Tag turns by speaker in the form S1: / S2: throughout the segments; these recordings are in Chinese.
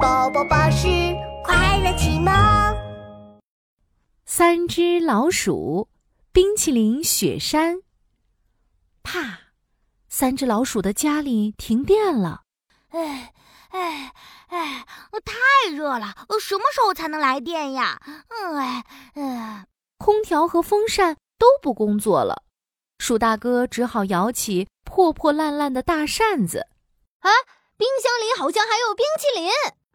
S1: 宝宝巴士快乐启蒙。
S2: 三只老鼠，冰淇淋雪山。啪！三只老鼠的家里停电了。
S3: 哎哎哎，太热了，呃什么时候才能来电呀？嗯哎哎，
S2: 空调和风扇都不工作了，鼠大哥只好摇起破破烂烂的大扇子。
S4: 啊，冰箱里好像还有冰淇淋！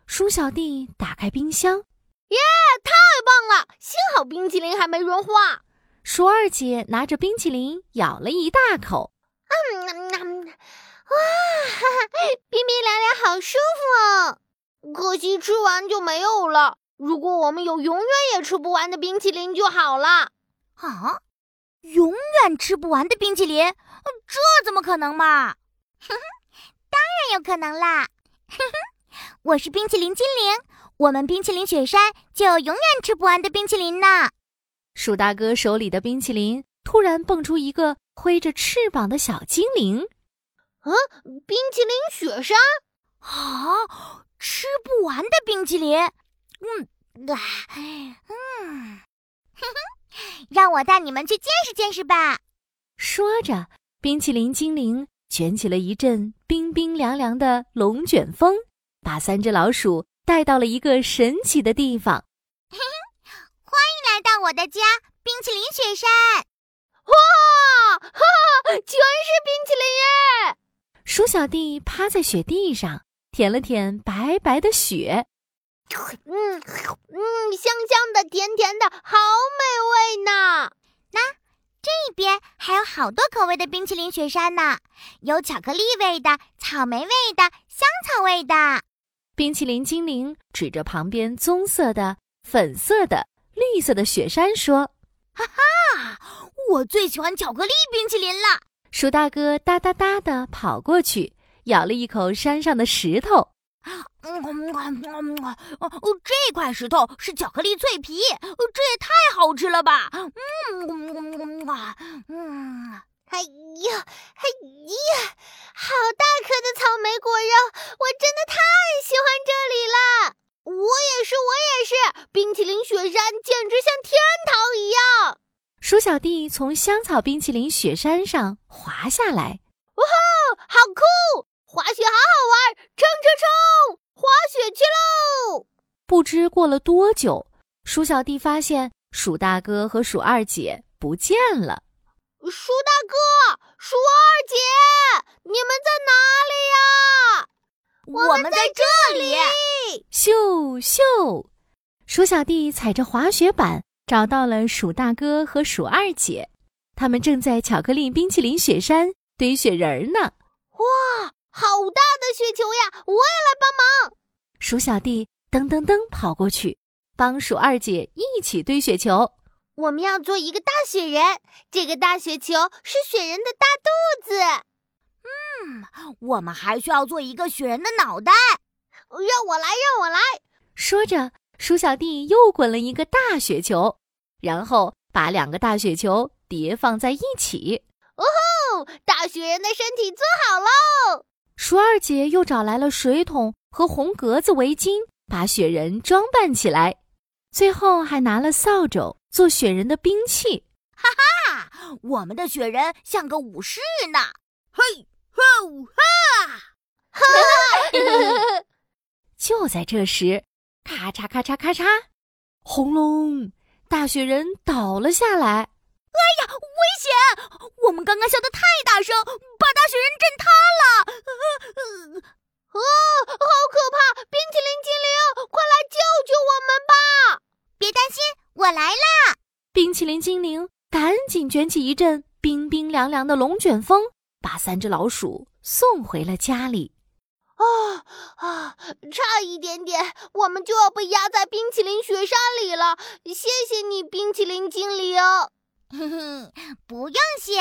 S2: 鼠小弟打开冰箱，
S4: 耶，太棒了！幸好冰淇淋还没融化。
S2: 鼠二姐拿着冰淇淋咬了一大口，
S4: 嗯，嗯嗯哇，哈哈，冰冰凉凉，好舒服哦！可惜吃完就没有了。如果我们有永远也吃不完的冰淇淋就好了。
S3: 啊，永远吃不完的冰淇淋，呃这怎么可能嘛？
S5: 哼哼，当然有可能啦！
S3: 哼哼， 我是冰淇淋精灵，我们冰淇淋雪山就有永远吃不完的冰淇淋呢。
S2: 鼠大哥手里的冰淇淋突然蹦出一个挥着翅膀的小精灵。
S4: 啊，冰淇淋雪山
S3: 啊，吃不完的冰淇淋。嗯啊，嗯，
S5: 哼哼，让我带你们去见识见识吧。
S2: 说着，冰淇淋精灵卷起了一阵冰冰凉凉的龙卷风，把三只老鼠带到了一个神奇的地方。
S5: 嘿嘿，欢迎来到我的家——冰淇淋雪山！
S4: 哇，哈哈，全是冰淇淋耶！
S2: 鼠小弟趴在雪地上，舔了舔白白的雪，
S4: 嗯嗯，香香的，甜甜的，好美味呢！
S5: 那、啊、
S3: 这边还有好多口味的冰淇淋雪山呢，有巧克力味的、草莓味的、香草味的。
S2: 冰淇淋精灵指着旁边棕色的、粉色的、绿色的雪山说：“
S3: 哈哈，我最喜欢巧克力冰淇淋了！”
S2: 鼠大哥哒哒哒的跑过去，咬了一口山上的石头。
S3: 嗯嗯嗯、这块石头是巧克力脆皮，这也太好吃了吧！嗯
S4: 嗯，哎呦哎呀，好大颗的草莓果肉，我真的太喜欢这里了！我也是，我也是，冰淇淋雪山简直像天堂一样。
S2: 鼠小弟从香草冰淇淋雪山上滑下来，
S4: 哇哦，好酷！滑雪好好玩，冲冲冲！滑雪去喽！
S2: 不知过了多久，鼠小弟发现鼠大哥和鼠二姐不见了。
S4: 鼠大哥、鼠二姐，你们
S3: 哪里呀？
S4: 在我们在这里。
S2: 咻咻，鼠小弟踩着滑雪板。找到了鼠大哥和鼠二姐，他们正在巧克力冰淇淋雪山堆雪人呢。
S4: 哇，好大的雪球呀！我也来帮忙。
S2: 鼠小弟噔噔噔跑过去，帮鼠二姐一起堆雪球。
S4: 我们要做一个大雪人，这个大雪球是雪人的大肚子。
S3: 嗯，我们还需要做一个雪人的脑袋。
S4: 让我来，让我来。
S2: 说着。鼠小弟又滚了一个大雪球，然后把两个大雪球叠放在一起。
S4: 哦吼！大雪人的身体做好喽！
S2: 鼠二姐又找来了水桶和红格子围巾，把雪人装扮起来。最后还拿了扫帚做雪人的兵器。
S3: 哈哈！我们的雪人像个武士呢！嘿吼哈！
S4: 哈！
S2: 就在这时。咔嚓咔嚓咔嚓，轰隆！大雪人倒了下来。
S3: 哎呀，危险！我们刚刚笑得太大声，把大雪人震塌
S4: 了。啊、哦，好可怕！冰淇淋精灵，快来救救我们吧！
S5: 别担心，我来啦！
S2: 冰淇淋精灵赶紧卷起一阵冰冰凉凉的龙卷风，把三只老鼠送回了家里。
S4: 啊啊！差一点点，我们就要被压在冰淇淋雪山里了。谢谢你，冰淇淋精灵。
S5: 嘿嘿， 不用谢，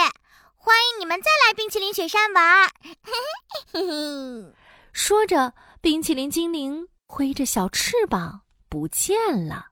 S5: 欢迎你们再来冰淇淋雪山玩。嘿嘿
S2: 嘿。说着，冰淇淋精灵挥着小翅膀不见了。